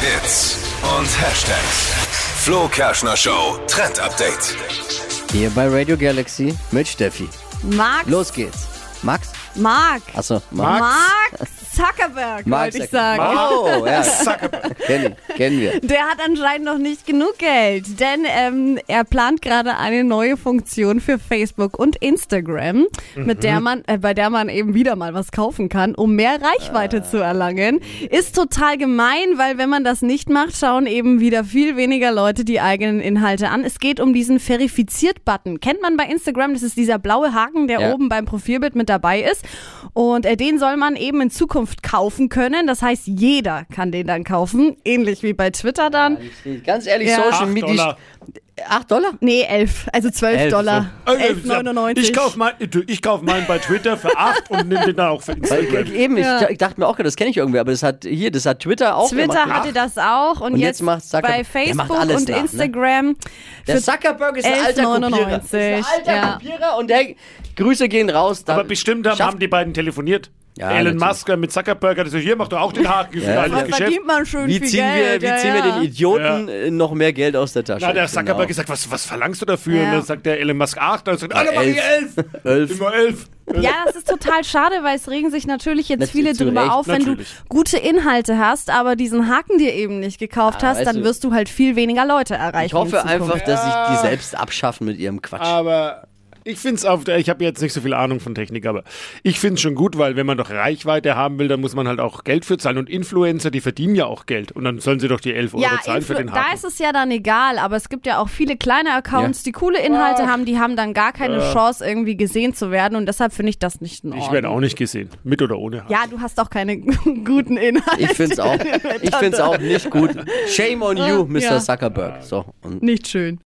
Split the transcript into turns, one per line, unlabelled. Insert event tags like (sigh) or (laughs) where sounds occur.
Hits und Hashtags. Flo Kerschner Show Trend Update.
Hier bei Radio Galaxy mit Steffi.
Mark,
Los geht's. Max?
Mark,
Achso,
Mark,
Max.
Zuckerberg,
Mark
wollte ich
Zuckerberg.
sagen.
Oh,
(laughs)
ja. Kennen, kennen wir.
Der hat anscheinend noch nicht genug Geld, denn ähm, er plant gerade eine neue Funktion für Facebook und Instagram,
Mhm.
mit der man, äh, bei der man eben wieder mal was kaufen kann, um mehr Reichweite
Ah.
zu erlangen. Ist total gemein, weil wenn man das nicht macht, schauen eben wieder viel weniger Leute die eigenen Inhalte an. Es geht um diesen Verifiziert-Button. Kennt man bei Instagram? Das ist dieser blaue Haken, der
Ja.
oben beim Profilbild mit dabei ist. Und äh, den soll man eben in Zukunft kaufen können. Das heißt, jeder kann den dann kaufen. Ähnlich wie bei Twitter dann.
Ganz ehrlich,
Ja.
Social
Acht
Media.
Dollar.
8 Dollar?
Nee, 11. Also 12
Elf,
Dollar.
Äh,
11,99.
Ich kauf, mein, ich kauf meinen bei Twitter für 8 und nimm den dann auch für
Weil, äh,
Instagram.
eben,
Ja.
ich, ich dachte mir auch, das kenne ich irgendwie, aber das hat hier, das hat Twitter auch
Twitter
gemacht.
hatte das auch und,
Und jetzt
jetzt,
macht Zuckerberg-
bei
der macht
Facebook
alles
und
nach, ne?
Instagram.
Der Zuckerberg ist ein alter Kopierer. Ist ein
11,99,
alter
ja.
Kopierer und der Grüße gehen raus.
Aber bestimmt haben, haben die beiden telefoniert.
Ja,
Elon
natürlich.
Musk mit Zuckerberg hat gesagt, hier macht doch auch den Haken für
Ja,
ja,
ja.
ja.
Da
Geschäft.
verdient man schön
wie
viel
ziehen,
Geld.
wir, wie
ja,
ziehen wir
ja.
den Idioten äh, noch mehr Geld aus der Tasche?
Na, der Zuckerberg
Genau.
gesagt, was, was verlangst du dafür? Und dann sagt der Elon Musk 8. Dann sagt, er,
Ja,
alle machen die 11.
Elf.
Immer 11.
Ja, das ist total schade, weil es regen sich natürlich jetzt
Natürlich,
viele
zu
drüber
Recht,
auf, wenn
natürlich.
du gute Inhalte hast, aber diesen Haken dir eben nicht gekauft
Ah,
hast,
weißt
dann
du-
wirst du halt viel weniger Leute erreichen.
Ich
in
hoffe
Zukunft.
einfach, dass sich die selbst abschaffen mit ihrem Quatsch.
Aber ich finde es auf der, ich habe jetzt nicht so viel Ahnung von Technik, aber ich finde es schon gut, weil wenn man doch Reichweite haben will, dann muss man halt auch Geld für zahlen. Und Influencer, die verdienen ja auch Geld. Und dann sollen sie doch die 11
Ja,
Euro zahlen für
Influ-
den
da
Haken.
ist es ja dann egal, aber es gibt ja auch viele kleine Accounts, die coole Inhalte haben, die haben dann gar keine Chance, irgendwie gesehen zu werden und deshalb finde ich das nicht in Ordnung.
ich werde auch nicht gesehen, mit oder ohne Haken.
ja, du hast auch keine (laughs) guten Inhalte.
Ich finde es auch, ich find's auch nicht gut. Shame on you, Mr.
Ja.
Zuckerberg. So, und
Nicht schön.